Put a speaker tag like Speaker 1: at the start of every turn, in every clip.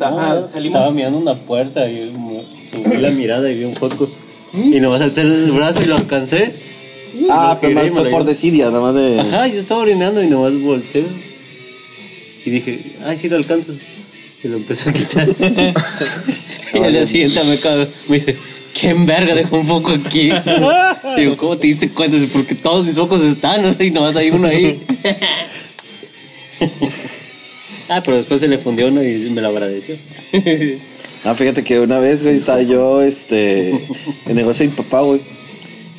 Speaker 1: Ajá, salimos.
Speaker 2: Estaba mirando una puerta y mo- subí la mirada y vi un foco. Y nomás alcé el brazo y lo alcancé.
Speaker 3: Ah,
Speaker 2: Lo
Speaker 3: pero
Speaker 2: giré
Speaker 3: más
Speaker 2: y me
Speaker 3: fue
Speaker 2: la
Speaker 3: por
Speaker 2: llevé.
Speaker 3: desidia, nada más de.
Speaker 2: Ajá, yo estaba orinando y nomás volteo. Y dije, ay, sí lo alcanzo. Y lo empecé a quitar. y al día siguiente me, cago- me dice, ¿quién verga dejó un foco aquí? Digo, ¿cómo te diste cuenta? Dice, Porque todos mis focos están, no sé, y nomás hay uno ahí. ah, pero después se le fundió uno y me lo agradeció.
Speaker 3: Ah, fíjate que una vez, güey, estaba yo, este, en negocio de mi papá, güey.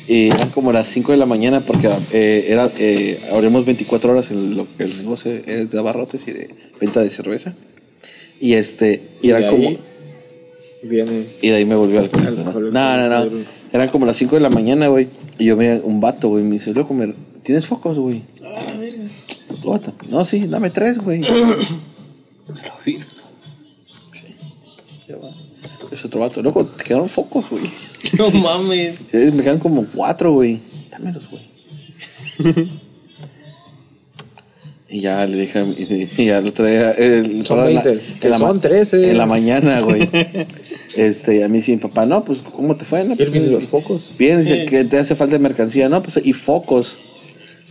Speaker 3: Y eran como las 5 de la mañana porque eh, era, eh, abrimos 24 horas en lo que el negocio es de abarrotes y de venta de cerveza. Y este, y
Speaker 4: de
Speaker 3: eran como...
Speaker 4: ahí Viene.
Speaker 3: Y de ahí me volvió al
Speaker 4: Alcohólico.
Speaker 3: No, no, no. Eran como las 5 de la mañana, güey. Y yo me un vato, güey. Me dice, loco, me- ¿tienes focos, güey? Vato, No, sí, dame tres, güey. Ya va. Es otro vato. Loco, te quedaron focos, güey.
Speaker 2: No mames.
Speaker 3: Eh, Me quedan como cuatro, güey. Dámelos, güey. y ya le dije, a mi- y ya lo traía. El,
Speaker 4: Son
Speaker 3: solo en
Speaker 4: 20,
Speaker 3: en
Speaker 4: que son 13.
Speaker 3: En la mañana, güey. este, y a mí sí, mi papá, no, pues, ¿cómo te fue? No, pues,
Speaker 4: Irving y los focos.
Speaker 3: Bien, dice que te hace falta de mercancía, ¿no? Pues, y focos.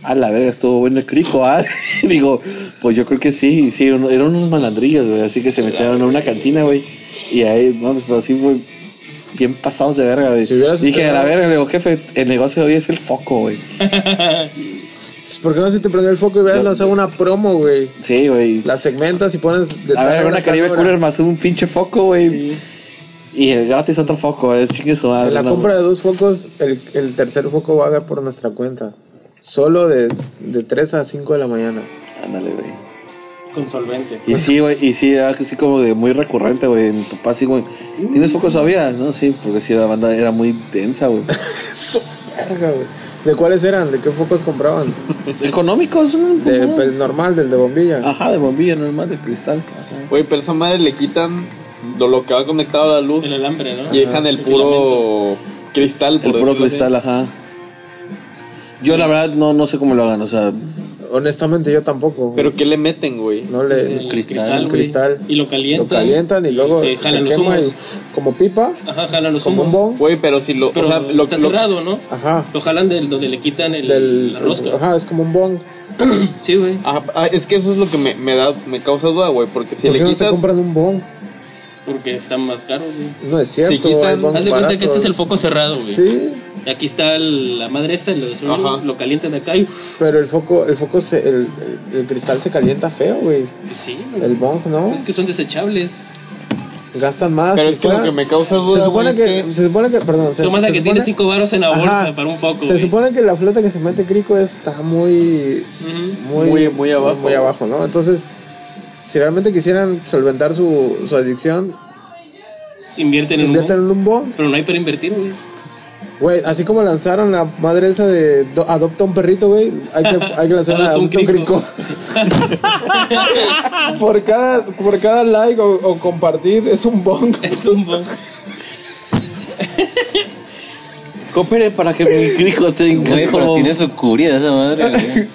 Speaker 3: A la verga, estuvo bueno el crico, ¿ah? Digo, pues yo creo que sí, sí, eran eran unos malandrillos, güey, así que se metieron en una cantina, güey. Y ahí, no, pues así, güey, bien pasados de verga, güey.
Speaker 4: Si hubieras
Speaker 3: Dije, a la
Speaker 4: esperado-
Speaker 3: verga, le digo, jefe, el negocio de hoy es el foco, güey.
Speaker 4: Pues, ¿Por qué no se te prendió el foco y hubieras lanzado una promo, güey?
Speaker 3: Sí, güey.
Speaker 4: La segmentas y pones. de
Speaker 3: A ver,
Speaker 4: tal
Speaker 3: una Caribe
Speaker 4: cámara.
Speaker 3: Cooler más un pinche foco, güey. Y el gratis otro foco, el chingue su madre.
Speaker 4: En la
Speaker 3: no,
Speaker 4: compra de dos focos, el, el tercer foco va a dar por nuestra cuenta. Solo de, de 3 a 5 de la mañana.
Speaker 3: Ándale, güey.
Speaker 1: Con solvente.
Speaker 3: Y sí, güey, y sí, era así como de muy recurrente, güey. Mi papá sí, güey. ¿Tienes focos sabías? No, sí, porque sí, la banda era muy densa, güey.
Speaker 4: Verga, güey. ¿De cuáles eran? ¿De qué focos compraban?
Speaker 3: Económicos, ¿no?
Speaker 4: Del del normal, del de bombilla.
Speaker 3: Ajá, de bombilla normal, de cristal.
Speaker 5: Güey, pero esa madre le quitan lo, lo que va conectado a la luz
Speaker 1: El alambre, ¿no?
Speaker 5: y dejan el puro cristal. por
Speaker 3: El puro
Speaker 5: decirlo así.
Speaker 3: cristal, ajá. Yo, la verdad, no, no sé cómo lo hagan, o sea,
Speaker 4: Honestamente, yo tampoco.
Speaker 5: Pero ¿qué le meten, güey?
Speaker 4: no le.
Speaker 1: El
Speaker 3: cristal,
Speaker 1: cristal,
Speaker 4: el
Speaker 1: güey.
Speaker 4: cristal.
Speaker 1: Y lo calientan.
Speaker 4: Lo calientan y luego
Speaker 1: se jalan los
Speaker 4: quema y-
Speaker 1: humos.
Speaker 4: como pipa,
Speaker 1: Ajá, jalan los
Speaker 4: como
Speaker 1: humos.
Speaker 4: un bong.
Speaker 5: Güey, pero si lo...
Speaker 1: Pero
Speaker 5: o sea, lo,
Speaker 1: está
Speaker 5: lo-
Speaker 1: cerrado, ¿no?
Speaker 4: Ajá.
Speaker 1: Lo jalan del donde le quitan el,
Speaker 4: Del,
Speaker 1: la rosca.
Speaker 4: Ajá, es como un bong.
Speaker 1: Sí, güey.
Speaker 5: Ajá, ah, es que eso es lo que me, me da, me causa duda, güey, porque si
Speaker 4: ¿Por
Speaker 5: le
Speaker 4: qué no se
Speaker 5: quitas...
Speaker 4: compran un bong?
Speaker 1: Porque están más caros, güey.
Speaker 4: No es cierto.
Speaker 5: quitan-
Speaker 4: hay bongs
Speaker 1: Haz de cuenta que este es el
Speaker 4: baratos.
Speaker 1: foco cerrado, güey.
Speaker 4: eh. Sí,
Speaker 1: Y Aquí está el- la madre esta, lo,
Speaker 5: Ajá.
Speaker 1: lo calientan acá y...
Speaker 4: pero el foco, el foco, se, el, el- el cristal se calienta feo, güey.
Speaker 1: Pues sí, güey.
Speaker 4: El bong, ¿no?
Speaker 1: Es que son desechables.
Speaker 4: Gastan más.
Speaker 5: Pero
Speaker 4: si
Speaker 5: es que lo
Speaker 4: fuera-
Speaker 5: que me causa
Speaker 4: Se
Speaker 5: duda,
Speaker 4: supone
Speaker 5: güey,
Speaker 4: que,
Speaker 5: es que...
Speaker 4: se supone que, perdón. Se,
Speaker 1: Son más
Speaker 4: se
Speaker 1: que tiene
Speaker 4: supone-
Speaker 1: cinco varos en la bolsa
Speaker 4: Ajá.
Speaker 1: para un foco,
Speaker 4: Se
Speaker 1: güey.
Speaker 4: supone que la flota que se mete Crico está muy, muy,
Speaker 5: Muy- muy abajo.
Speaker 4: muy abajo, ¿no? Entonces, si realmente quisieran solventar su, su adicción,
Speaker 1: Invierten en
Speaker 4: inviertan
Speaker 1: un...
Speaker 4: en un bong.
Speaker 1: Pero no hay para invertir, güey.
Speaker 4: Güey, así como lanzaron la madre esa de do- adopta un perrito, güey, hay que, hay que lanzar una adopta
Speaker 1: Adopta un
Speaker 4: un
Speaker 1: crico.
Speaker 4: crico. por, cada, por cada like o, o compartir es un bong.
Speaker 1: Es un bong.
Speaker 3: coopere para que mi crico tenga.
Speaker 2: Güey, Eh, pero tiene su curia esa madre, güey.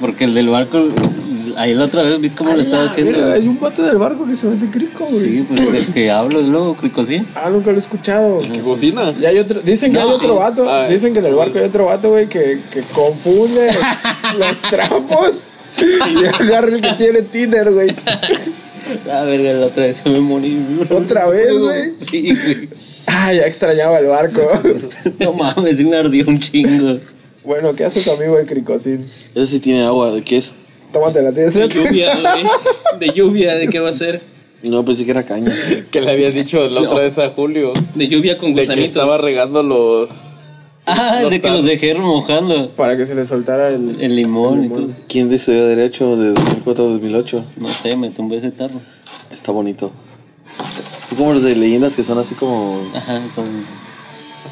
Speaker 2: Porque el del barco, ahí la otra vez vi cómo lo estaba haciendo.
Speaker 4: Mira, hay un pato del barco que se mete crico, güey.
Speaker 2: Sí, pues del que hablo es loco, crico, sí.
Speaker 4: Ah, nunca lo he escuchado.
Speaker 5: Cocina.
Speaker 4: Y hay otro, dicen que
Speaker 1: No,
Speaker 4: hay otro
Speaker 1: sí.
Speaker 4: vato,
Speaker 5: Ah,
Speaker 4: dicen que en el barco hay otro vato, güey, que, que confunde los trapos y agarra el que tiene tiner, güey.
Speaker 2: La verga, la otra vez se me morí.
Speaker 4: ¿Otra vez, güey?
Speaker 2: Sí, güey.
Speaker 4: Ah, ya extrañaba el barco.
Speaker 2: No mames, sí me ardió un chingo.
Speaker 4: bueno, ¿qué haces amigo de Cricocín?
Speaker 3: Eso sí tiene agua, ¿de qué es?
Speaker 4: Tómate la
Speaker 1: De
Speaker 4: tienes.
Speaker 1: lluvia, güey. De lluvia, ¿de qué va a ser?
Speaker 3: No, pensé que era caña.
Speaker 5: Que le habías dicho la otra vez a Julio.
Speaker 1: De lluvia con
Speaker 5: De que
Speaker 1: gusanitos.
Speaker 5: estaba regando los...
Speaker 2: Ah,
Speaker 5: Los
Speaker 2: de que los dejé remojando.
Speaker 4: Para que se le soltara el.
Speaker 2: El limón y todo.
Speaker 3: ¿Quién estudió Derecho de 2004 a 2008?
Speaker 2: No sé, me tumbé ese tarro.
Speaker 3: Está bonito. Es como los de leyendas que son así como.
Speaker 2: Ajá, con...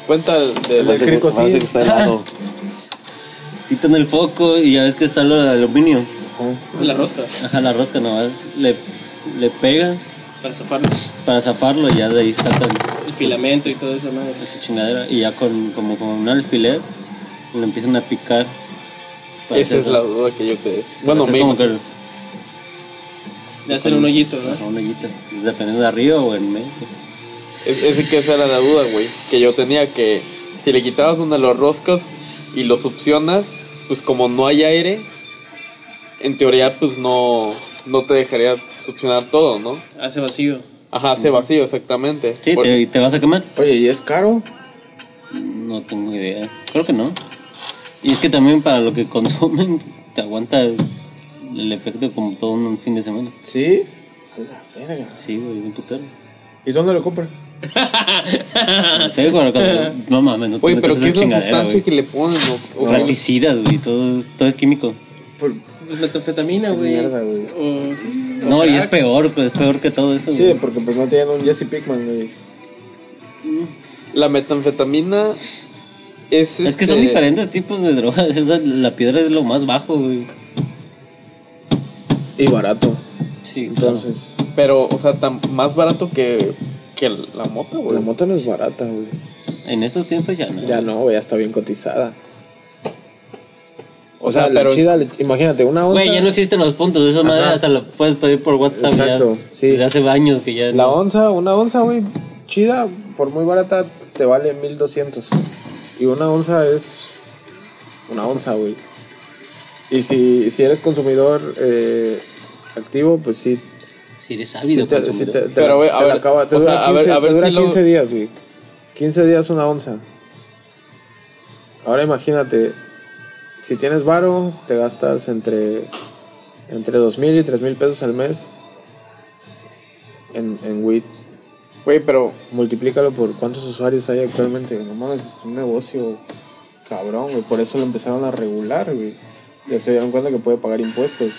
Speaker 5: Cuenta del...
Speaker 4: El crico, sí.
Speaker 3: parece que está helado.
Speaker 2: Quitan el foco y ya ves que está lo de aluminio.
Speaker 1: La rosca.
Speaker 2: Ajá, la rosca nomás le, le pega
Speaker 1: Para zafarlo.
Speaker 2: para zafarlo y ya de ahí sacan
Speaker 1: El filamento y todo eso, ¿no?
Speaker 2: esa chingadera. Y ya con, como con un alfiler lo empiezan a picar. para
Speaker 5: Esa es
Speaker 2: hacer-
Speaker 3: este,
Speaker 5: la duda que yo te...
Speaker 2: para
Speaker 5: Bueno,
Speaker 2: hacer
Speaker 5: me...
Speaker 2: como que-
Speaker 1: De hacer un hoyito, ¿no?
Speaker 2: Ajá, un hoyito. Dependiendo de arriba o en medio.
Speaker 5: Es, es que esa era la duda, güey. Que yo tenía que si le quitabas uno de los roscos y lo succionas, pues como no hay aire, en teoría pues no, no te dejaría succionar todo, ¿no?
Speaker 1: Hace vacío.
Speaker 5: Ajá, hace vacío, exactamente.
Speaker 2: Sí,
Speaker 5: Por-
Speaker 2: te, te vas a quemar.
Speaker 4: Oye, ¿y es caro?
Speaker 2: No tengo idea. Creo que no. Y es que también para lo que consumen, te aguanta el, el efecto como todo un fin de semana.
Speaker 4: ¿Sí? A la verga.
Speaker 2: Sí, güey, es un putero.
Speaker 4: ¿Y dónde lo compran?
Speaker 2: No sé, güey, cuando- no mames, no te
Speaker 5: Oye,
Speaker 2: metas
Speaker 5: pero
Speaker 2: esa
Speaker 5: ¿qué es la
Speaker 2: chingadera,
Speaker 5: sustancia
Speaker 2: güey.
Speaker 5: que le ponen? o- o-
Speaker 2: Raticidas, güey, todo, es- todo es químico.
Speaker 4: Por-
Speaker 1: Pues metanfetamina, güey.
Speaker 4: mierda, güey.
Speaker 1: O, sí, o
Speaker 2: No, y es
Speaker 1: crack.
Speaker 2: peor, pues es peor que todo eso,
Speaker 4: Sí,
Speaker 2: güey.
Speaker 4: porque pues no tienen un Jesse Pickman, güey.
Speaker 5: La metanfetamina es...
Speaker 2: Es que son
Speaker 5: este,
Speaker 2: diferentes tipos de drogas. esa- la piedra es lo más bajo, güey.
Speaker 4: Y barato.
Speaker 2: Sí,
Speaker 4: Entonces,
Speaker 5: Pero, o sea, tan más barato que, que la mota,
Speaker 4: la
Speaker 5: güey.
Speaker 4: moto no es barata, güey.
Speaker 2: En esos tiempos ya no.
Speaker 4: Ya no, güey, ya está bien cotizada. O,
Speaker 5: O
Speaker 4: sea,
Speaker 5: sea,
Speaker 4: la
Speaker 5: pero-
Speaker 4: chida, le- imagínate, una onza.
Speaker 2: Güey, ya no existen los puntos. Esa madre hasta la puedes pedir por WhatsApp. ya.
Speaker 4: Exacto, sí.
Speaker 2: Desde hace años que ya.
Speaker 4: La
Speaker 2: no.
Speaker 4: onza, una onza, güey, chida, por muy barata, te vale 1200. Y una onza es una onza, güey. Y si, si eres consumidor eh, activo, pues sí.
Speaker 2: Si eres
Speaker 4: sí
Speaker 2: ávido.
Speaker 4: te, sí
Speaker 2: consumidor.
Speaker 4: te- te-
Speaker 5: Pero, güey, a
Speaker 4: te la
Speaker 5: ver,
Speaker 4: acaba- te
Speaker 5: o
Speaker 4: dura
Speaker 5: sea, a ver-
Speaker 4: 15
Speaker 5: a ver
Speaker 4: te dura
Speaker 5: si lo-
Speaker 4: 15 días, güey. 15 días una onza. Ahora imagínate, si tienes varo, te gastas entre entre 2000 y 3000 pesos al mes en, en weed.
Speaker 5: Güey, pero
Speaker 4: Multiplícalo por cuántos usuarios hay actualmente. No mames, es un negocio cabrón, güey. Por eso lo empezaron a regular, güey. Ya se dieron cuenta que puede pagar impuestos.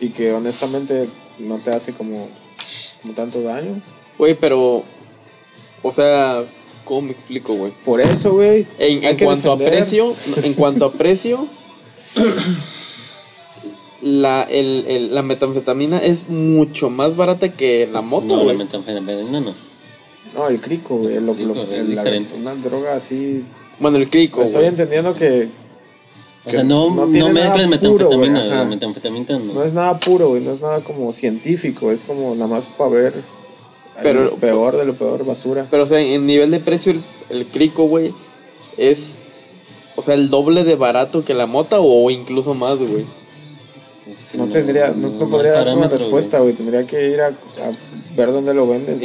Speaker 4: Y que honestamente no te hace como, como tanto daño.
Speaker 5: Güey, pero. O sea, ¿cómo me explico, güey?
Speaker 4: Por eso, güey.
Speaker 5: En,
Speaker 4: hay
Speaker 5: en
Speaker 4: que
Speaker 5: cuanto a
Speaker 4: defender.
Speaker 5: precio, en cuanto a precio, la, el, el- la metanfetamina es mucho más barata que la moto,
Speaker 2: No, la
Speaker 5: güey.
Speaker 2: metanfetamina no.
Speaker 4: No, el crico, güey. Lo,
Speaker 2: crico,
Speaker 4: lo-
Speaker 2: es
Speaker 4: el- la-
Speaker 2: diferente.
Speaker 4: una droga así.
Speaker 5: bueno, el crico,
Speaker 4: Estoy
Speaker 5: güey.
Speaker 4: entendiendo que
Speaker 2: O sea, no,
Speaker 4: no
Speaker 2: no,
Speaker 4: tiene nada
Speaker 2: mezcles
Speaker 4: puro, güey,
Speaker 2: metanfetamina.
Speaker 4: ajá.
Speaker 2: la metanfetamina no.
Speaker 4: no es nada puro, güey. No es nada como científico. Es como nada más para ver.
Speaker 5: Pero-
Speaker 4: lo peor de lo peor, basura.
Speaker 5: Pero, o sea, en nivel de precio, el, el crico, güey, es. O sea, el doble de barato que la mota o incluso más, güey.
Speaker 2: Es que
Speaker 4: No tendría, no, no podría
Speaker 2: hay
Speaker 4: dar una
Speaker 2: parámetro,
Speaker 4: respuesta, güey. Tendría que ir a, a ver dónde lo venden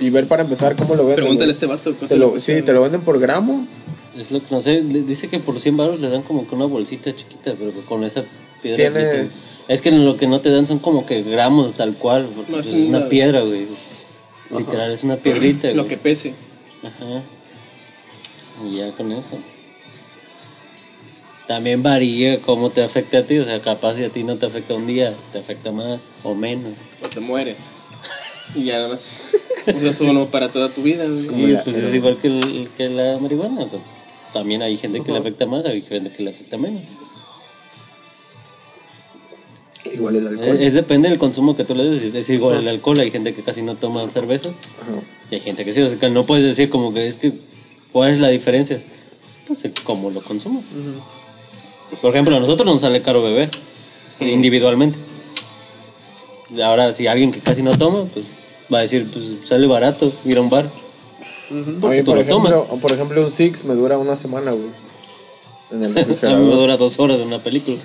Speaker 4: y, y ver para empezar cómo lo venden.
Speaker 1: Pregúntale
Speaker 4: güey.
Speaker 1: a este vato. ¿cuánto
Speaker 4: Te
Speaker 1: le
Speaker 4: lo,
Speaker 1: cuesta?
Speaker 4: sí, te lo venden por gramo.
Speaker 2: güey. Es lo que no sé. le- Dice que por 100 baros le dan como que una bolsita chiquita, pero que con esa piedra.
Speaker 4: Tiene-
Speaker 2: que tiene- Es que lo que no te dan son como que gramos tal cual. Porque
Speaker 1: No,
Speaker 2: pues,
Speaker 1: sí,
Speaker 2: es una
Speaker 1: la-
Speaker 2: piedra, güey. Literal, es una piedrita.
Speaker 1: Lo
Speaker 2: güey.
Speaker 1: que pese.
Speaker 2: Ajá. Y ya con eso. También varía cómo te afecta a ti, o sea, capaz si a ti no te afecta un día, te afecta más o menos.
Speaker 1: O te mueres. Y ya nada más. Usas uno para toda tu vida, güey.
Speaker 2: Y
Speaker 4: la-
Speaker 2: pues es igual que, el- que la marihuana, o sea, también hay gente que le afecta más, hay gente que le afecta menos.
Speaker 4: Igual el
Speaker 2: Es, Eh, es depende del consumo que tú le des, es, es igual el alcohol, hay gente que casi no toma cerveza y hay gente que sí, o sea, que no puedes decir como que es que, ¿cuál es la diferencia? Pues el cómo lo consumo. Por ejemplo, a nosotros nos sale caro beber individualmente. Ahora, si alguien que casi no toma, pues va a decir, pues sale barato ir a un bar.
Speaker 4: A mí,
Speaker 2: tú
Speaker 4: por
Speaker 2: lo
Speaker 4: ejemplo, por ejemplo, un Six me dura una semana, güey. En el
Speaker 2: A mí me
Speaker 4: refrigerador.
Speaker 2: dura dos horas en una película.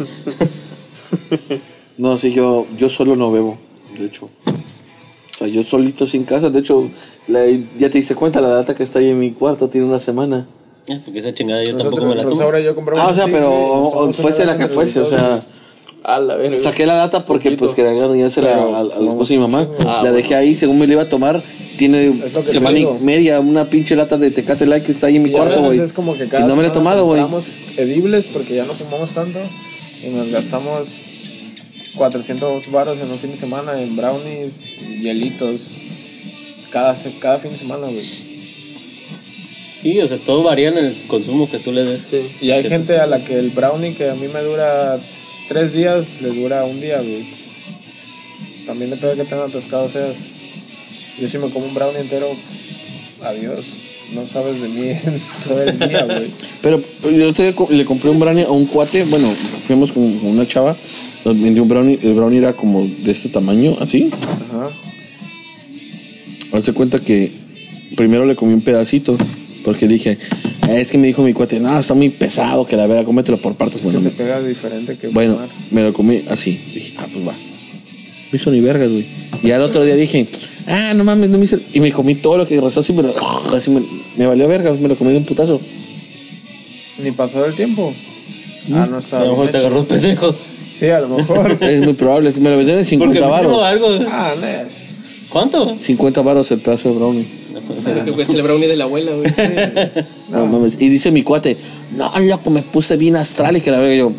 Speaker 3: No, sí, yo, yo solo no bebo, de hecho. O sea, yo solito sin casa. De hecho, la- ya te diste cuenta, la data que está ahí en mi cuarto tiene una semana.
Speaker 2: Ah, Porque esa chingada yo tampoco me
Speaker 4: Nosotros,
Speaker 2: la tomo.
Speaker 4: Rosaura y yo compramos
Speaker 3: Ah, o sea,
Speaker 4: un Six,
Speaker 3: pero
Speaker 4: güey, y nos
Speaker 3: o- o
Speaker 4: tomamos una
Speaker 3: fuese la
Speaker 4: lata
Speaker 3: que
Speaker 4: entre
Speaker 3: fuese, o
Speaker 4: los dos,
Speaker 3: sea,
Speaker 4: güey.
Speaker 5: A la verga.
Speaker 3: saqué la data porque pues que ya se la a, a la esposa de mi mamá.
Speaker 5: Ah,
Speaker 3: la dejé ahí, según me la iba a tomar, tiene
Speaker 4: Es lo que te
Speaker 3: semana y
Speaker 4: digo.
Speaker 3: media, una pinche lata de Tecate Light que está ahí en mi
Speaker 4: Y a
Speaker 3: cuarto,
Speaker 4: veces
Speaker 3: güey.
Speaker 4: Es como que
Speaker 3: Y
Speaker 4: cada
Speaker 3: no me la he
Speaker 4: semana
Speaker 3: tomado, güey.
Speaker 4: compramos edibles porque ya no fumamos tanto y nos gastamos 400 baros en un fin de semana en brownies y hielitos cada, se- cada fin de semana, güey.
Speaker 2: Sí, o sea, todo varía en el consumo que tú le des.
Speaker 5: Sí.
Speaker 4: Y hay
Speaker 2: Sí.
Speaker 4: gente a la que el brownie que a mí me dura 3 días, le dura un día, güey. También depende de qué tan atascado seas. Yo si me como un brownie entero, adiós. No sabes de mí en todo el día, güey.
Speaker 3: Pero yo le compré un brownie a un cuate, bueno, fuimos con, con una chava, Vendí un brownie, el brownie era como de este tamaño, así.
Speaker 4: Ajá.
Speaker 3: Hace cuenta que primero le comí un pedacito porque dije, "Eh, es que me dijo mi cuate, no, está muy pesado, que la vera, cómetelo por partes. Bueno,
Speaker 4: Que te pega diferente que
Speaker 3: bueno,
Speaker 4: fumar.
Speaker 3: me lo comí así. Dije, ah, pues va. No hizo ni vergas, güey. Y al otro día dije, ah, no mames, no me hizo. Y me comí todo lo que restó así, me lo. Así me, me valió verga, me lo comí de un putazo.
Speaker 4: Ni pasado el tiempo. Ah, no
Speaker 2: ¿Mm? A
Speaker 4: estaba.
Speaker 2: lo mejor
Speaker 4: bien
Speaker 2: te agarró un pendejo.
Speaker 4: hecho. Sí, a lo mejor.
Speaker 3: Es muy probable, me lo vendieron en 50
Speaker 2: Porque mínimo
Speaker 3: varos.
Speaker 2: algo.
Speaker 4: ah, ne.
Speaker 2: ¿Cuánto?
Speaker 3: 50 varos el pedazo de brownie.
Speaker 1: Creo que cuesta el brownie de la abuela, güey.
Speaker 3: No mames. Y dice mi cuate, no, loco, me puse bien astral y que la verga. Yo,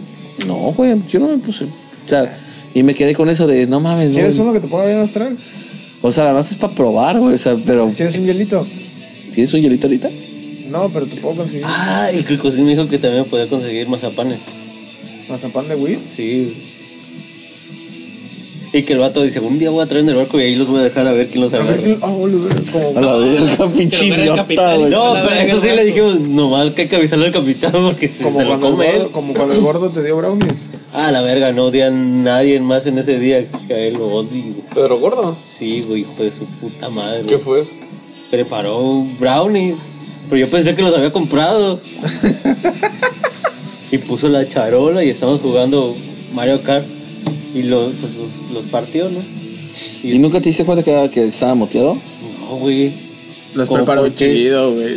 Speaker 3: no, güey, yo no me puse. O sea, y me quedé con eso de, no mames,
Speaker 4: ¿Quieres
Speaker 3: no.
Speaker 4: uno que te ponga bien astral?
Speaker 3: O sea, además es para probar, güey. O sea, pero,
Speaker 4: ¿Quieres un hielito?
Speaker 3: ¿tienes un hielito ahorita?
Speaker 4: No, pero te puedo conseguir
Speaker 2: Ah, el Cricocín me dijo que también podía conseguir mazapanes.
Speaker 4: mazapán de weed.
Speaker 2: Sí. Y que el vato dice, un día voy a traer en el barco y ahí los voy a dejar a ver quién los
Speaker 4: A ver,
Speaker 2: agarra.
Speaker 4: qué- ah, boludo, como-
Speaker 3: A la verga, pinche
Speaker 1: Pero era el
Speaker 3: idiota,
Speaker 1: capitán.
Speaker 3: güey.
Speaker 2: No,
Speaker 1: A la
Speaker 2: pero
Speaker 1: verga,
Speaker 2: eso sí le
Speaker 1: vato.
Speaker 2: dijimos, nomás que hay que avisarle al capitán porque si
Speaker 4: como
Speaker 2: se lo
Speaker 4: cuando el
Speaker 2: come él.
Speaker 4: gordo- como cuando el gordo te dio brownies.
Speaker 2: Ah, la verga, no odia a nadie más en ese día que a él lo odie, güey.
Speaker 5: Pedro Gordo.
Speaker 2: Sí, güey, hijo de su puta madre.
Speaker 5: ¿Qué
Speaker 2: güey.
Speaker 5: fue?
Speaker 2: Preparó un brownie, pero yo pensé que los había comprado. y puso la charola y estábamos jugando Mario Kart y los, pues, los- los partió, ¿no?
Speaker 3: ¿Y nunca te diste cuenta que, era- que estaba moteado?
Speaker 2: No, güey.
Speaker 4: Los
Speaker 2: Como
Speaker 4: preparó
Speaker 2: porque-
Speaker 4: chido, güey.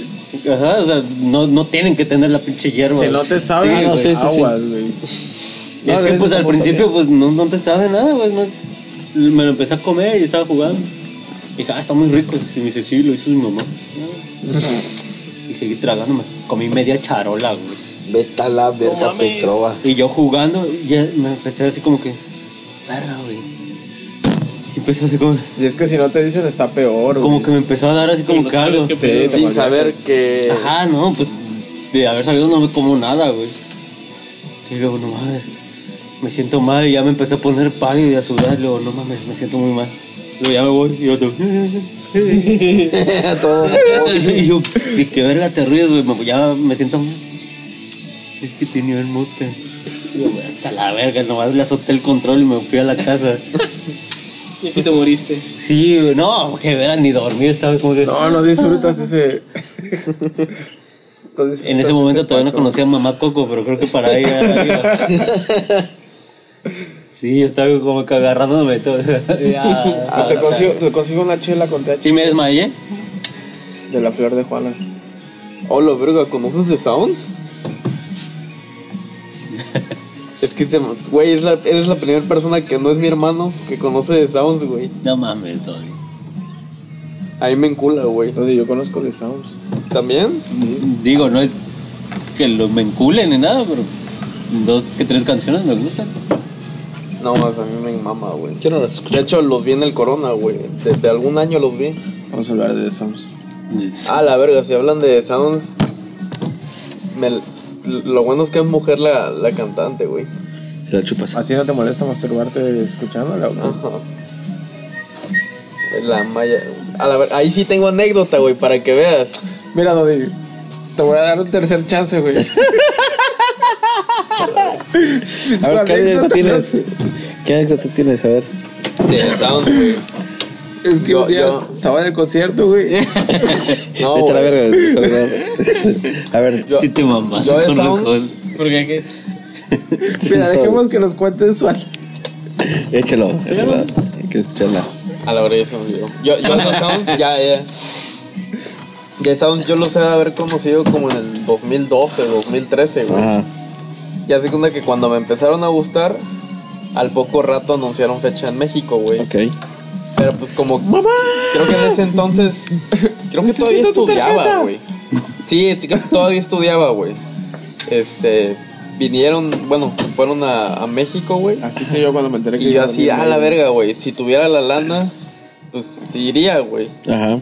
Speaker 2: Ajá, o sea, no, no tienen que tener la pinche hierba.
Speaker 4: Si no
Speaker 2: güey.
Speaker 4: te saben,
Speaker 3: Sí, no,
Speaker 4: güey,
Speaker 3: sí, sí, sí.
Speaker 4: aguas, güey.
Speaker 2: es
Speaker 3: no,
Speaker 2: que
Speaker 3: eso
Speaker 2: pues al
Speaker 3: tampoco
Speaker 2: principio pues no, no te sabe nada, pues no. Me lo empecé a comer y estaba jugando. Y dije, ah, está muy rico. Y me dice, sí, lo hizo mi mamá. y seguí tragándome. Comí media charola, güey.
Speaker 3: Vete a la verga, Petrova.
Speaker 2: Y yo jugando, ya me empecé así como que, verga, güey. Y empecé así como,
Speaker 4: Y es que si no te dicen está peor, güey.
Speaker 2: como que me empezó a dar así como
Speaker 1: Los
Speaker 2: que algo.
Speaker 1: cables que
Speaker 4: te
Speaker 1: pedo.
Speaker 5: Sin
Speaker 4: valió.
Speaker 5: saber que.
Speaker 2: Ajá, no, pues de haber salido no me como nada, güey. Y luego, no mames, me siento mal y ya me empecé a poner pálido y a sudar. Luego, no mames, me siento muy mal. Luego ya me voy y otro.
Speaker 3: Todo.
Speaker 2: y yo, ¿de qué verga te ríes, güey? Me- Ya me siento mal. Es que tenía el mote. Y yo, "Güey, hasta la verga, nomás le azoté el control y me fui a la casa.
Speaker 1: Y aquí te moriste.
Speaker 2: Sí, güey, no, que verán, ni dormir estaba como que.
Speaker 4: No, no disfrutas ese.
Speaker 2: En ese momento todavía no conocía a mamá Coco, pero creo que para ella era arriba. Sí, yo estaba como que agarrándome todo. Ya,
Speaker 4: Ah, te, consigo, te consigo una chela con TH
Speaker 2: ¿Y me desmayé?
Speaker 4: de la flor de Juana.
Speaker 5: Hola, verga, ¿conoces The Sounds? es que, se- güey, es la- eres la primera persona que no es mi hermano que conoce The Sounds, güey.
Speaker 2: No mames, Tony.
Speaker 5: A mí me encula, güey.
Speaker 4: Entonces yo conozco The Sounds.
Speaker 5: ¿También?
Speaker 2: Digo, no es que lo me enculen ni nada, pero dos que tres canciones me gustan.
Speaker 5: No, más a mí me mama, güey.
Speaker 3: Yo no lo escucho.
Speaker 5: De hecho, los vi en el Corona, güey. Desde algún año los vi.
Speaker 4: Vamos a hablar de The Sounds.
Speaker 5: Ah, la verga, si hablan de Sounds. me l- lo bueno es que es mujer la, la cantante, güey.
Speaker 3: Se la chupas.
Speaker 4: ¿Así no te molesta masturbarte escuchándola o no?
Speaker 5: Ajá. La maya. A la ver- ahí sí tengo anécdota, güey, para que veas.
Speaker 4: Mira, Dodi, te voy a dar un tercer chance, güey.
Speaker 3: A ver, ¿qué anécdota tienes? ¿Qué anécdota tienes? A ver.
Speaker 5: De Sounds, güey.
Speaker 4: Es que
Speaker 5: Yo-
Speaker 4: un día
Speaker 5: yo-
Speaker 4: estaba en el concierto, güey.
Speaker 5: No,
Speaker 3: Vete a la
Speaker 5: güey.
Speaker 3: verga. A ver.
Speaker 5: Yo-
Speaker 2: sí te mamás
Speaker 5: yo de
Speaker 2: con
Speaker 5: Sounds-
Speaker 2: Rocón.
Speaker 1: Porque que
Speaker 4: Mira, dejemos que nos cuentes su al-
Speaker 3: Échalo. Échalo. Hay que escucharla.
Speaker 5: A la hora ya se me olvidó. Yo, yo de Sounds, ya, ya. De Sounds yo los he de haber conocido como en el 2012, 2013, güey.
Speaker 3: Ajá.
Speaker 5: Ya se cuenta que cuando me empezaron a gustar, al poco rato anunciaron fecha en México, güey.
Speaker 3: Ok.
Speaker 5: Pero pues como... Creo que en ese entonces... Creo que todavía estudiaba, güey. Sí, estu- creo que todavía estudiaba, güey. Este... Vinieron, bueno, fueron a, a México, güey.
Speaker 4: Así soy yo cuando me enteré que
Speaker 5: Y yo
Speaker 4: iba
Speaker 5: así,
Speaker 4: dormir,
Speaker 5: a la
Speaker 4: güey.
Speaker 5: verga, güey. Si tuviera la lana, pues sí iría, güey.
Speaker 3: Ajá.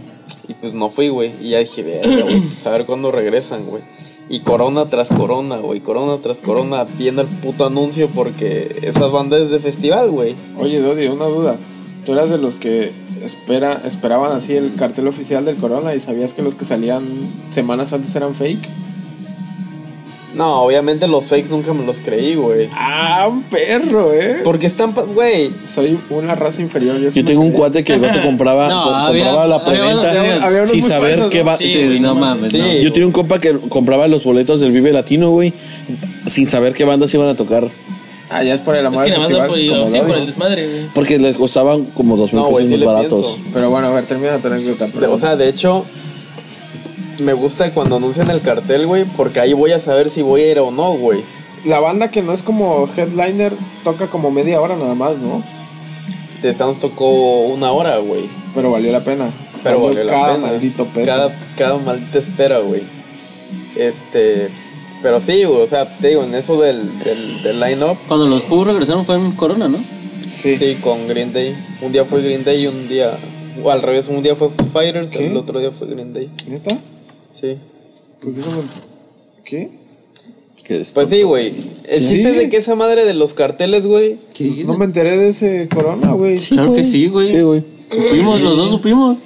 Speaker 5: Y pues no fui, güey. Y ya dije, verga, güey, pues a ver cuándo regresan, güey. Y corona tras corona, güey. Corona tras corona viendo el puto anuncio porque esas bandas es de festival, güey.
Speaker 4: Oye, Dodi, una duda. ¿Tú eras de los que espera, esperaban así el cartel oficial del Corona y sabías que los que salían semanas antes eran fake?
Speaker 5: No, obviamente los fakes nunca me los creí, güey.
Speaker 4: Ah, un perro, eh.
Speaker 5: Porque están, pa- güey.
Speaker 4: Soy una raza inferior. Yo, sí
Speaker 3: Yo
Speaker 4: me
Speaker 3: tengo un
Speaker 4: creía.
Speaker 3: cuate que el vato compraba,
Speaker 2: No,
Speaker 3: com-
Speaker 2: había-
Speaker 3: compraba la
Speaker 2: había unos- había unos-
Speaker 3: preventa
Speaker 4: había unos
Speaker 3: sin
Speaker 4: muy
Speaker 3: saber
Speaker 4: falsos,
Speaker 3: qué
Speaker 4: ¿no?
Speaker 3: va.
Speaker 2: Sí, güey, no mames.
Speaker 5: Sí.
Speaker 2: Pues no.
Speaker 3: Yo tenía un compa que compraba los boletos del Vive Latino, güey, sin saber qué bandas iban a tocar.
Speaker 4: Ah, ya es por el
Speaker 1: Es
Speaker 4: amor
Speaker 1: que
Speaker 4: al
Speaker 1: nada más da
Speaker 4: festival.
Speaker 1: por,
Speaker 4: como
Speaker 1: sí,
Speaker 4: lo
Speaker 1: por el
Speaker 4: dices.
Speaker 1: desmadre, güey.
Speaker 3: Porque les costaban como dos mil
Speaker 5: No, güey,
Speaker 3: pesos
Speaker 5: sí
Speaker 3: más
Speaker 5: le
Speaker 3: baratos.
Speaker 5: pienso.
Speaker 4: Pero bueno, a ver, termina tu anécdota.
Speaker 5: De- o
Speaker 4: perdón.
Speaker 5: sea, de hecho, me gusta cuando anuncian el cartel, güey, porque ahí voy a saber si voy a ir o no, güey.
Speaker 4: la banda que no es como headliner toca como media hora nada más, ¿no?
Speaker 5: The Sounds tocó una hora, güey.
Speaker 4: Pero valió la pena.
Speaker 5: Pero
Speaker 4: Valió
Speaker 5: valió la
Speaker 4: cada
Speaker 5: pena.
Speaker 4: maldito peso.
Speaker 5: Cada, cada maldita espera, güey. Este. Pero sí, güey, o sea, te digo, en eso del, del, del line-up,
Speaker 2: Cuando los Who regresaron fue en Corona, ¿no?
Speaker 5: sí.
Speaker 4: Sí.
Speaker 5: con Green Day. Un día fue Green Day y un día. O al revés, un día fue Foo Fighters,
Speaker 4: ¿Qué?
Speaker 5: el otro día fue Green Day.
Speaker 4: ¿Neta?
Speaker 5: Sí.
Speaker 4: ¿Por qué no me- ¿Qué?
Speaker 3: Que es-
Speaker 5: Pues sí, güey. El
Speaker 4: ¿Sí?
Speaker 5: chiste es de que esa madre de los carteles, güey,
Speaker 4: No me enteré de ese corona, Ah, güey.
Speaker 2: Claro que sí, güey.
Speaker 3: Sí, güey.
Speaker 2: Supimos, los dos supimos.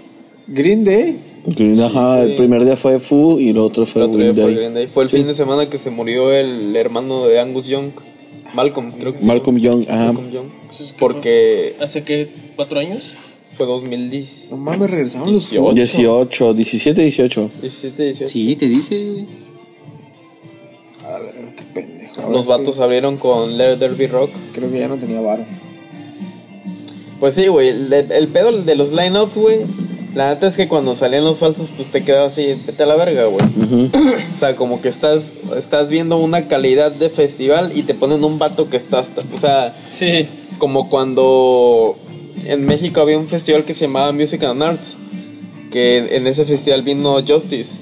Speaker 4: Green Day.
Speaker 3: Green- Ajá, el primer día fue Fu y el otro
Speaker 5: El
Speaker 3: fue
Speaker 5: otro día
Speaker 3: Green
Speaker 5: fue
Speaker 3: Day.
Speaker 5: Green Day. Fue el fin de semana que se murió el hermano de Angus Young. Malcolm, creo que sí.
Speaker 3: Malcolm Young, ajá.
Speaker 5: Malcolm Young. Porque
Speaker 1: ¿Hace qué? ¿Cuatro años?
Speaker 5: fue 2017,
Speaker 4: No mames, regresaron los
Speaker 3: 18, 17, 18.
Speaker 5: 18.
Speaker 2: Sí, te dije, güey.
Speaker 4: A ver, qué pendejo. Ahora
Speaker 5: Los
Speaker 4: sí,
Speaker 5: vatos abrieron con Let There Be Rock.
Speaker 4: Creo que ya no tenía varo.
Speaker 5: Pues sí, güey. El, el pedo de los lineups, güey. La neta es que cuando salían los falsos, pues te quedabas así, vete a la verga, güey. O sea, como que estás, estás viendo una calidad de festival y te ponen un vato que está hasta. O sea,
Speaker 1: Sí.
Speaker 5: como cuando en México había un festival que se llamaba Music and Arts, que en ese festival vino Justice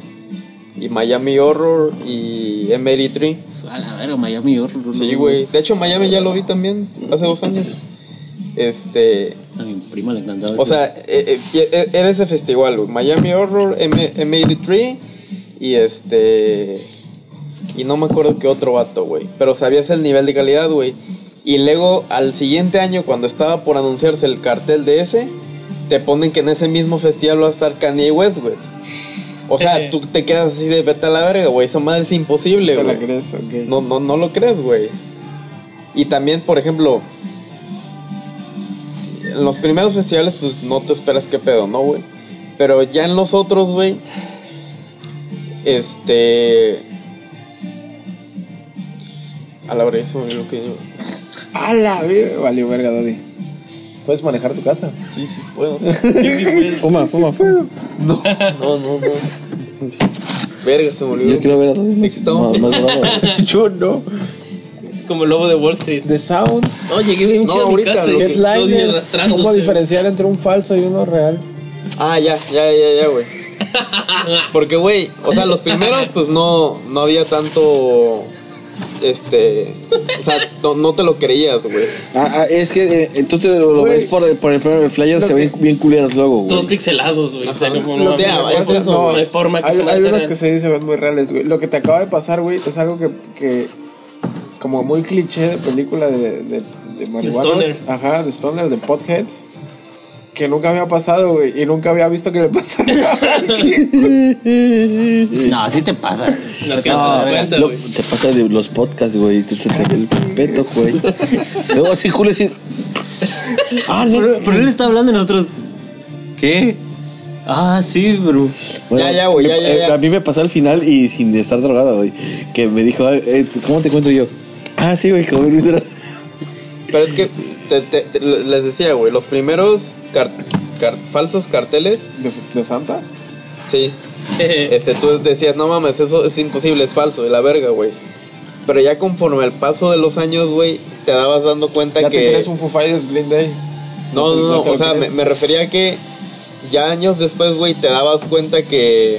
Speaker 5: y Miami Horror y M83.
Speaker 2: A la verga, Miami Horror.
Speaker 5: Sí, güey. De hecho, Miami ya lo vi también hace dos años. Este,
Speaker 2: A mi prima le encantaba.
Speaker 5: o sea, eh, eh, eh, era ese festival, güey. Miami Horror, M- M83 y este. Y no me acuerdo qué otro vato, güey. Pero sabías el nivel de calidad, güey. Y luego al siguiente año, cuando estaba por anunciarse el cartel de ese, te ponen que en ese mismo festival va a estar Kanye West, güey. O sea, tú te quedas así de vete a la verga, güey. Esa madre es imposible,
Speaker 4: ¿Te la
Speaker 5: güey.
Speaker 4: crees? Ok.
Speaker 5: No, no, no lo crees, güey. Y también, por ejemplo, en los primeros festivales, pues no te esperas qué pedo, ¿no, güey? Pero ya en los otros, güey, este. A la hora se me olvidó lo que yo.
Speaker 4: A la verga. Valió verga, Dodi. ¿Puedes manejar tu casa?
Speaker 5: Sí, sí, puedo.
Speaker 3: Fuma, fuma, fuma.
Speaker 5: No, no, no. Verga, se me olvidó.
Speaker 3: Yo quiero ver a todos.
Speaker 5: Aquí estamos.
Speaker 3: Más, más bravo.
Speaker 4: Yo no.
Speaker 1: Es como el lobo de Wall Street.
Speaker 4: The Sound.
Speaker 1: No, llegué bien
Speaker 5: No,
Speaker 1: chido a mi
Speaker 5: ahorita,
Speaker 1: casa.
Speaker 5: lo
Speaker 1: y
Speaker 5: que-
Speaker 1: que todo día
Speaker 4: Headliner. ¿Cómo
Speaker 1: arrastrándose.
Speaker 4: diferenciar entre un falso y uno real?
Speaker 5: Ah, ya, ya, ya, ya, güey. Porque, güey, o sea, los primeros, pues no, no había tanto. Este. O sea, no, no te lo creías, güey.
Speaker 3: Ah, ah, es que eh, tú te lo, lo
Speaker 4: Güey.
Speaker 3: ves por el, por el, primer flyer, se ven bien culeros luego, güey.
Speaker 1: Todos pixelados, güey. O sea, no,
Speaker 5: Lo
Speaker 1: no,
Speaker 5: que-
Speaker 1: no,
Speaker 5: hay
Speaker 1: no,
Speaker 5: cosas-
Speaker 1: no hay forma que
Speaker 4: eh, hay,
Speaker 1: se
Speaker 4: hay
Speaker 1: me
Speaker 4: unos que se dicen muy reales, güey. Lo que te acaba de pasar, güey, es algo que, que como muy cliché de película de, de, de marihuanos.
Speaker 1: stoner.
Speaker 4: Ajá, de stoner, de potheads. Que nunca había pasado, güey. Y nunca había visto que le pasara a alguien.
Speaker 2: No, así te pasa.
Speaker 1: Las que no te
Speaker 2: No,
Speaker 1: das
Speaker 2: güey.
Speaker 1: cuenta,
Speaker 3: Lo-
Speaker 1: güey.
Speaker 3: te pasa de los podcasts, güey. Te, se te ve el peto, güey. Luego así, Julio, así. Ah, no.
Speaker 2: Pero, pero él está hablando de nosotros. ¿Qué? Ah, sí, bro.
Speaker 5: Ya, ya, güey, ya,
Speaker 3: me-
Speaker 5: ya, ya.
Speaker 3: eh, A mí me pasó al final y sin estar drogado, güey. Que me dijo, "Ay, eh, ¿cómo te encuentro yo? Ah, sí, güey, como bien drogado.
Speaker 5: Pero es que, te- te- te- les decía, güey, los primeros car- car- falsos carteles,
Speaker 4: ¿De, de Santa?
Speaker 5: sí.
Speaker 1: Eh,
Speaker 5: Este, tú decías, no mames, eso es imposible, es falso, de la verga, güey. Pero ya conforme al paso de los años, güey, te dabas dando cuenta
Speaker 4: Ya
Speaker 5: que.
Speaker 4: te crees un Foo Fighters Green Day.
Speaker 5: No, no, no,
Speaker 4: te lo
Speaker 5: o sea, me,
Speaker 4: crees.
Speaker 5: me refería a que ya años después, güey, te dabas cuenta que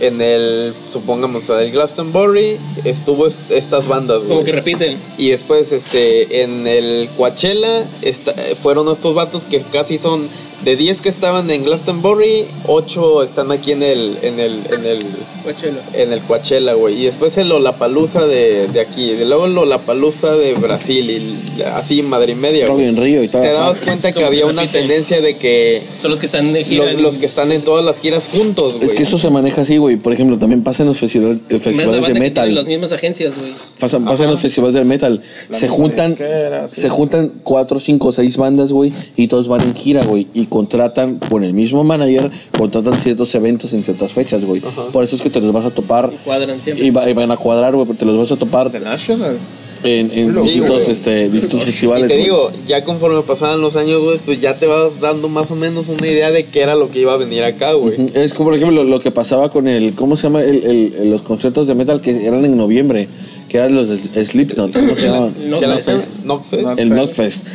Speaker 5: en el, supongamos, el Glastonbury estuvo est- estas bandas,
Speaker 1: como que
Speaker 5: güey.
Speaker 1: repiten.
Speaker 5: Y después, este, en el Coachella esta- fueron estos vatos que casi son de 10 que estaban en Glastonbury, 8 están aquí en el, en el, en el,
Speaker 1: Coachella.
Speaker 5: en el Coachella, güey. Y después el Lollapalooza de, de aquí, y luego el Lollapalooza de Brasil, y así, madre y media, güey.
Speaker 3: en Río y todo.
Speaker 5: Te dabas cuenta que
Speaker 1: Como
Speaker 5: había
Speaker 1: que
Speaker 5: una
Speaker 1: repite.
Speaker 5: tendencia de que
Speaker 1: Son los que están de
Speaker 5: lo-
Speaker 1: gira.
Speaker 5: los que están en todas las giras juntos, güey.
Speaker 3: Es que eso se maneja así, güey. Por ejemplo, también pasa en los festivales, eh,
Speaker 1: Ves la
Speaker 3: festivales de
Speaker 1: banda que tiene
Speaker 3: metal.
Speaker 1: las mismas agencias, güey.
Speaker 3: Pasan, pasan los festivales de metal.
Speaker 4: Las
Speaker 3: se juntan,
Speaker 4: disqueras, sí.
Speaker 3: se juntan cuatro, cinco, seis bandas, güey, y todos van en gira, güey, y contratan con el mismo manager, contratan ciertos eventos en ciertas fechas, güey. Por eso es que te los vas a topar
Speaker 1: Cuadran siempre.
Speaker 3: y, va- y van a cuadrar, güey, porque te los vas a topar
Speaker 4: The National.
Speaker 3: en, en
Speaker 4: Sí,
Speaker 3: distintos,
Speaker 5: güey.
Speaker 3: este, distintos
Speaker 5: Y
Speaker 3: festivales.
Speaker 5: te
Speaker 3: güey.
Speaker 5: digo, ya conforme pasaban los años, güey, pues ya te vas dando más o menos una idea de qué era lo que iba a venir acá, güey.
Speaker 3: Es como, por ejemplo, lo que pasaba con el, ¿cómo se llama? El, el- el- los conciertos de metal que eran en noviembre, que eran los de Slipknot, ¿cómo se llamaban?
Speaker 1: No,
Speaker 5: Ya la-
Speaker 1: no, pues,
Speaker 5: Knockfest.
Speaker 4: No.
Speaker 3: El Notfest.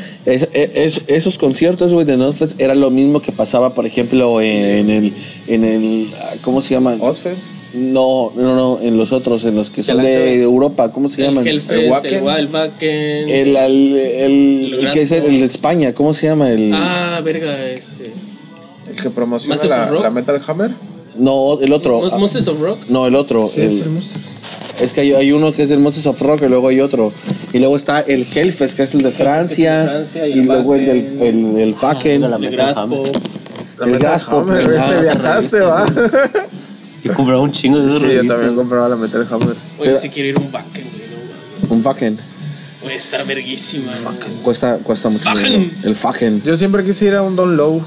Speaker 3: esos conciertos, güey, de Notfest era lo mismo que pasaba, por ejemplo, en, el, en el, ah, ¿cómo se llama?
Speaker 4: Ozfest.
Speaker 3: No, no, no, en los otros, en los que son
Speaker 5: Ya la
Speaker 3: de
Speaker 5: acabé.
Speaker 3: Europa, ¿cómo se
Speaker 1: el
Speaker 3: llaman?
Speaker 4: el
Speaker 1: Hellfest,
Speaker 4: Wacken.
Speaker 1: Este, el Wildbacken.
Speaker 3: El, al- el- el que es el, el de España, ¿cómo se llama? El,
Speaker 1: Ah, verga, este.
Speaker 4: El que promociona
Speaker 1: Masters
Speaker 4: la,
Speaker 1: of Rock.
Speaker 4: la Metal Hammer.
Speaker 3: no, el otro.
Speaker 1: ¿No es
Speaker 3: Ah,
Speaker 1: Monsters of Rock?
Speaker 3: No, el otro. el-
Speaker 4: es el Monster.
Speaker 3: Es que hay, hay uno que es del Monsters of Rock y luego hay otro. Y luego está el Hellfest, que es el de Francia.
Speaker 1: de Francia,
Speaker 3: y
Speaker 1: y el
Speaker 3: luego el del
Speaker 1: Wacken.
Speaker 3: el, el Wacken.
Speaker 2: la
Speaker 1: El
Speaker 2: Metal
Speaker 1: Graspo.
Speaker 4: La
Speaker 3: El
Speaker 4: Metal
Speaker 3: Gaspo,
Speaker 4: Hammer,
Speaker 3: pues,
Speaker 4: güey, te
Speaker 3: ah,
Speaker 4: viajaste, va.
Speaker 2: Y compraba un chingo de esos
Speaker 4: sí, yo también compraba la Metal Hammer.
Speaker 1: Oye,
Speaker 3: Pero-
Speaker 1: si quiero ir a un Wacken, güey. no,
Speaker 3: Un Wacken.
Speaker 1: Puede estar verguísima. güey.
Speaker 3: Cuesta, cuesta mucho
Speaker 1: Wacken.
Speaker 3: dinero. El Wacken.
Speaker 4: Yo siempre quise ir a un Don Low.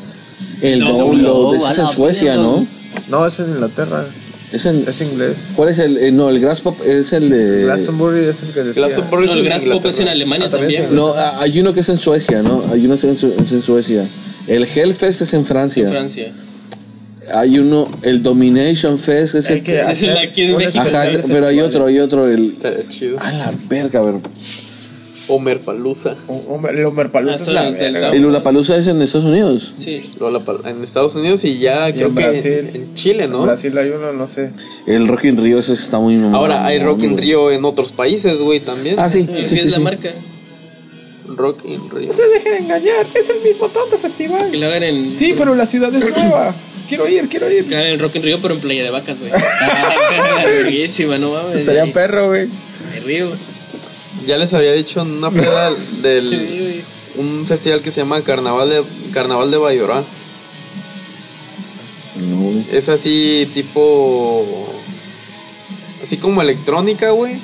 Speaker 3: El
Speaker 1: No,
Speaker 3: Download.
Speaker 2: no,
Speaker 3: Ese
Speaker 2: a
Speaker 3: es
Speaker 2: la
Speaker 3: en Suecia,
Speaker 2: mierda.
Speaker 3: ¿no?
Speaker 4: No, es en Inglaterra.
Speaker 3: Es en-
Speaker 4: Es inglés.
Speaker 3: ¿Cuál es el...? eh, no, el Grass Pop es el de...
Speaker 4: Glastonbury es el que decía.
Speaker 5: Glastonbury
Speaker 1: No,
Speaker 5: es
Speaker 1: el
Speaker 5: en
Speaker 1: Grass Pop es en
Speaker 5: Inglaterra.
Speaker 1: Alemania
Speaker 4: Ah, también
Speaker 1: también,
Speaker 4: es
Speaker 1: güey.
Speaker 3: No, ah, hay uno que es en Suecia, ¿no? Hay uno que es en, Su- es en Suecia. El Hellfest es en Francia.
Speaker 1: en Francia.
Speaker 3: Hay uno... El Domination Fest es el...
Speaker 1: Ese es el aquí en
Speaker 4: un
Speaker 1: México.
Speaker 3: Ajá,
Speaker 4: especial de
Speaker 3: pero hay
Speaker 4: festivales.
Speaker 3: otro, hay otro, el...
Speaker 5: Estaría chido.
Speaker 3: A la verga, a ver.
Speaker 5: Homer Palusa.
Speaker 4: Hombre, El Homer Palusa
Speaker 1: Ah,
Speaker 4: es
Speaker 1: son
Speaker 4: la
Speaker 1: los del
Speaker 4: verga.
Speaker 1: Down.
Speaker 3: El Ulapalooza es en Estados Unidos.
Speaker 1: Sí.
Speaker 5: En Estados Unidos y ya creo
Speaker 4: en
Speaker 5: que
Speaker 4: Brasil.
Speaker 5: en Chile, ¿no?
Speaker 4: En Brasil hay uno, no sé.
Speaker 3: El Rock in Rio ese está muy mamón,
Speaker 5: Ahora hay Rock in
Speaker 3: güey.
Speaker 5: Rio en otros países, güey, también.
Speaker 3: Ah, sí.
Speaker 1: Es que
Speaker 3: sí, sí,
Speaker 1: es la
Speaker 3: sí.
Speaker 1: marca.
Speaker 5: Rock in Rio.
Speaker 4: deje de engañar, es el mismo tonto festival.
Speaker 1: Que lo hagan en.
Speaker 4: pero la ciudad es nueva. Quiero ir, quiero ir.
Speaker 1: Que hagan en Rock in Rio, pero en Playa de Vacas, güey. verguísima, no mames.
Speaker 4: Estaría
Speaker 1: Ahí,
Speaker 4: perro, güey.
Speaker 1: el río.
Speaker 5: Ya les había dicho en una peda
Speaker 1: Sí,
Speaker 5: del
Speaker 1: güey.
Speaker 5: un festival que se llama Carnaval de Carnaval de Bayorá.
Speaker 3: No.
Speaker 5: Es así tipo así como electrónica, güey.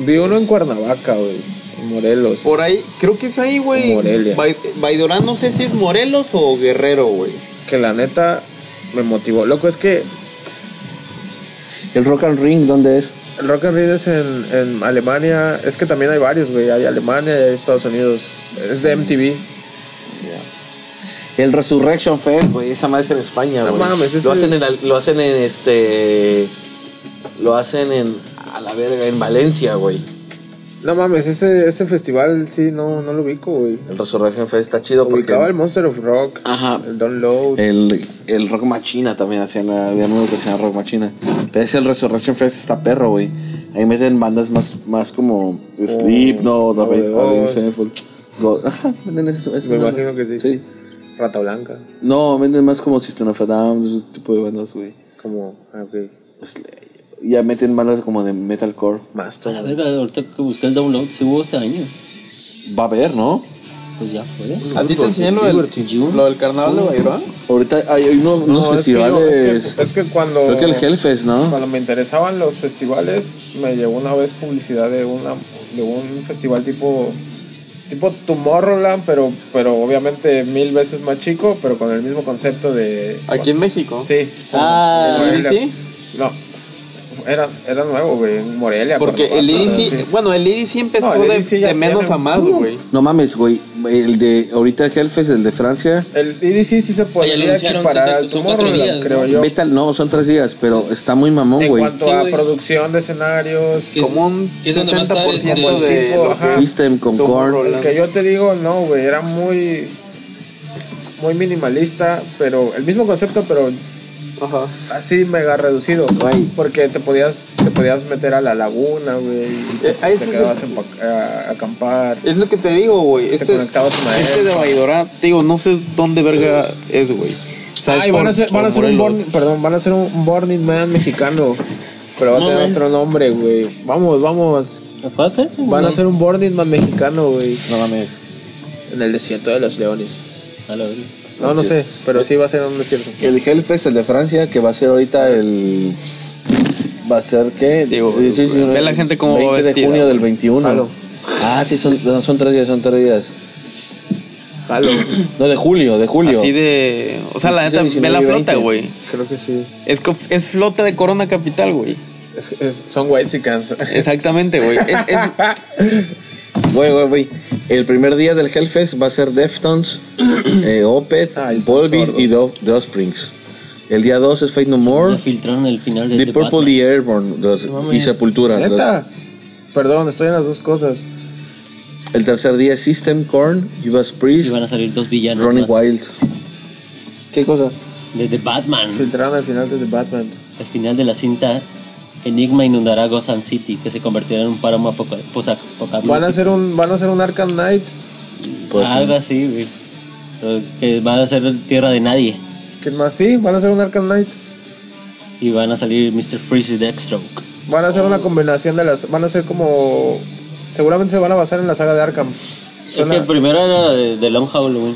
Speaker 4: Vi uno en Cuernavaca, güey. En Morelos.
Speaker 5: Por ahí, creo que es ahí, güey.
Speaker 4: Morelia.
Speaker 5: Bai- Baidorá no sé si es Morelos o Guerrero, güey.
Speaker 4: Que la neta me motivó. Loco, es que
Speaker 3: El Rock and Ring, ¿dónde es?
Speaker 4: el Rock and Ring es en, en Alemania. Es que también hay varios, güey. Hay Alemania y hay Estados Unidos. Es de MTV.
Speaker 3: El Resurrection Fest, güey. Esa madre es en España,
Speaker 4: No
Speaker 3: güey.
Speaker 4: mames, ese-
Speaker 3: lo, hacen en, al- lo hacen en este. Lo hacen en. A la verga, en Valencia, güey.
Speaker 4: No mames, ese, ese festival sí, no, no lo ubico, güey.
Speaker 3: El Resurrection Fest está chido porque.
Speaker 4: Ubicaba el Monster of Rock.
Speaker 3: Ajá.
Speaker 4: El Download.
Speaker 3: El, el Rock Machina también hacían, había uno que hacían Rock Machina. Pero ese el Resurrection Fest está perro, güey. Ahí meten bandas más, más como
Speaker 4: Oh,
Speaker 3: Sleep, no, Raven,
Speaker 4: Overdose.
Speaker 3: Raven Sevenfold. Go- Ajá, venden eso. eso
Speaker 4: Me
Speaker 3: ¿no?
Speaker 4: imagino que sí.
Speaker 3: Sí.
Speaker 4: Rata Blanca.
Speaker 3: No, venden más como System of a Down, ese tipo de bandas, güey.
Speaker 4: Como, ah, ok.
Speaker 3: Slayer. Ya meten bandas como de metalcore.
Speaker 4: Mastodon.
Speaker 2: A ver, ahorita que busqué el download, si hubo este año.
Speaker 3: Va a haber, ¿no?
Speaker 2: Pues ya fue.
Speaker 5: ¿A ti te enseñé lo del, lo del Carnaval de Baidorá?
Speaker 3: Ahorita hay hay unos, unos
Speaker 4: No, es que yo-
Speaker 3: festivales.
Speaker 4: es, que, es que cuando.
Speaker 3: Creo que el Hellfest, ¿no?
Speaker 4: Cuando me interesaban los festivales, me llegó una vez publicidad de una de un festival tipo tipo Tomorrowland, pero pero obviamente mil veces más chico, pero con el mismo concepto de
Speaker 5: Aquí en México.
Speaker 4: Sí.
Speaker 2: Ah,
Speaker 4: Como-
Speaker 5: ¿el EDC?
Speaker 4: No. Era, era nuevo, güey, en Morelia.
Speaker 5: Porque
Speaker 4: Cuernavaca,
Speaker 5: el
Speaker 4: sí.
Speaker 5: EDC, bueno, el EDC empezó
Speaker 4: No, el
Speaker 5: de,
Speaker 4: EDC ya
Speaker 5: de menos
Speaker 4: tiene
Speaker 5: a
Speaker 4: un
Speaker 5: más,
Speaker 4: culo.
Speaker 5: güey.
Speaker 3: No mames, güey. El de. Ahorita el Hellfest, el de Francia.
Speaker 4: El EDC sí se podría
Speaker 1: anunciaron, sí,
Speaker 4: equiparar al
Speaker 1: son- son cuatro
Speaker 4: Tomorrowland,
Speaker 1: días,
Speaker 4: creo
Speaker 1: ¿no?
Speaker 4: yo.
Speaker 3: Metal, no, son tres días, pero está muy mamón,
Speaker 4: En
Speaker 3: güey.
Speaker 4: cuanto
Speaker 1: Sí,
Speaker 4: a
Speaker 1: güey.
Speaker 4: producción de escenarios,
Speaker 1: Que es-
Speaker 5: Como un
Speaker 1: que es donde va a estar
Speaker 5: 60%
Speaker 1: este-
Speaker 5: de
Speaker 4: tipo,
Speaker 5: lo
Speaker 4: ajá.
Speaker 5: que es
Speaker 3: System con Korn.
Speaker 5: Tomorrowland.
Speaker 4: El que yo te digo, no, güey, era muy muy minimalista, pero el mismo concepto, pero
Speaker 5: Ajá.
Speaker 4: así mega reducido,
Speaker 3: Güey.
Speaker 4: porque te podías te podías meter a la laguna, güey, y
Speaker 5: Eh, ahí
Speaker 4: te
Speaker 5: sí
Speaker 4: quedabas
Speaker 5: se-
Speaker 4: en pa- a, a acampar,
Speaker 5: Es lo que te digo, güey.
Speaker 4: te
Speaker 5: Este,
Speaker 4: conectabas a una
Speaker 5: este de Baidorá, te digo, no sé dónde verga es, güey. ¿Sabes?
Speaker 4: Ay, van a
Speaker 5: Por-
Speaker 4: ser, van a
Speaker 5: por
Speaker 4: ser un
Speaker 5: Morelos.
Speaker 4: Burning, perdón, van a ser un Burning Man mexicano, pero va a
Speaker 2: No
Speaker 4: tener
Speaker 2: ves.
Speaker 4: otro nombre, güey. Vamos, vamos.
Speaker 2: acuérdate.
Speaker 4: Van a ser un Burning Man mexicano, güey,
Speaker 3: No mames.
Speaker 4: en el desierto de los leones.
Speaker 2: A la verga.
Speaker 4: No, no sé, pero sí va a ser en un desierto.
Speaker 3: El Hellfest, el de Francia, que va a ser ahorita el. va a ser que.
Speaker 5: Digo,
Speaker 3: Sí, sí, sí,
Speaker 5: ve la gente cómo va
Speaker 3: 20 de
Speaker 5: vestida,
Speaker 3: junio
Speaker 5: güey.
Speaker 3: del 21.
Speaker 4: Jalo.
Speaker 3: Ah, sí, son, no, son tres días, son tres días.
Speaker 4: Jalo.
Speaker 3: No, de julio, de julio.
Speaker 5: Así de. O sea, la neta,
Speaker 3: 19
Speaker 5: ve la
Speaker 3: y
Speaker 5: flota,
Speaker 3: 20.
Speaker 5: güey.
Speaker 4: Creo que sí.
Speaker 5: Es, co- es flota de Corona Capital, güey.
Speaker 4: Es, es- son white chickens.
Speaker 5: Exactamente, güey. Es- es-
Speaker 3: Güey, güey, güey. El primer día del Hellfest va a ser Deftones, eh, Opeth,
Speaker 4: Ah, están
Speaker 3: Volbeat
Speaker 4: sordos.
Speaker 3: y Do- The Offsprings. El día 2 es Fate No
Speaker 2: Lo
Speaker 3: More,
Speaker 2: filtraron el final de
Speaker 3: The
Speaker 2: The
Speaker 3: Purple
Speaker 2: Batman.
Speaker 3: y Airborne los-
Speaker 2: No mames.
Speaker 3: y Sepultura. los-
Speaker 4: Neta. Perdón, estoy en las dos cosas.
Speaker 3: el tercer día es System, Korn, Judas
Speaker 2: Y
Speaker 3: Priest,
Speaker 2: van a salir dos villanos
Speaker 3: Ronnie
Speaker 2: más
Speaker 3: Wild.
Speaker 4: ¿Qué cosa?
Speaker 2: de The Batman.
Speaker 4: Filtraron al final de The Batman.
Speaker 2: Al final de la cinta, Enigma inundará Gotham City, que se convertirá en un páramo apoca- posapocalíptico.
Speaker 4: Van a hacer un, van a hacer un Arkham Knight.
Speaker 3: Pues,
Speaker 2: Algo así, güey. Pero Que van a ser tierra de nadie.
Speaker 4: ¿Qué más? Sí, van a hacer un Arkham Knight.
Speaker 2: Y van a salir Mr. Freeze y Deathstroke.
Speaker 4: Van a hacer una combinación de las. Van a ser como. Seguramente se van a basar en la saga de Arkham.
Speaker 2: Es que
Speaker 4: Suena-
Speaker 2: el primero era de, de Long Halloween.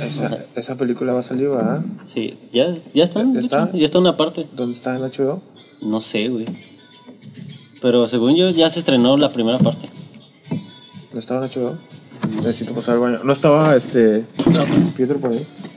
Speaker 4: esa, esa película va a salir, ¿verdad?
Speaker 2: Sí, ya, ya está.
Speaker 4: ¿Ya está?
Speaker 2: Ya está una parte.
Speaker 4: ¿Dónde está en HBO?
Speaker 2: No sé, güey. Pero según yo, ya se estrenó la primera parte.
Speaker 4: ¿No estaba en HBO? Necesito pasar al baño. ¿No estaba este. Pietro por ahí?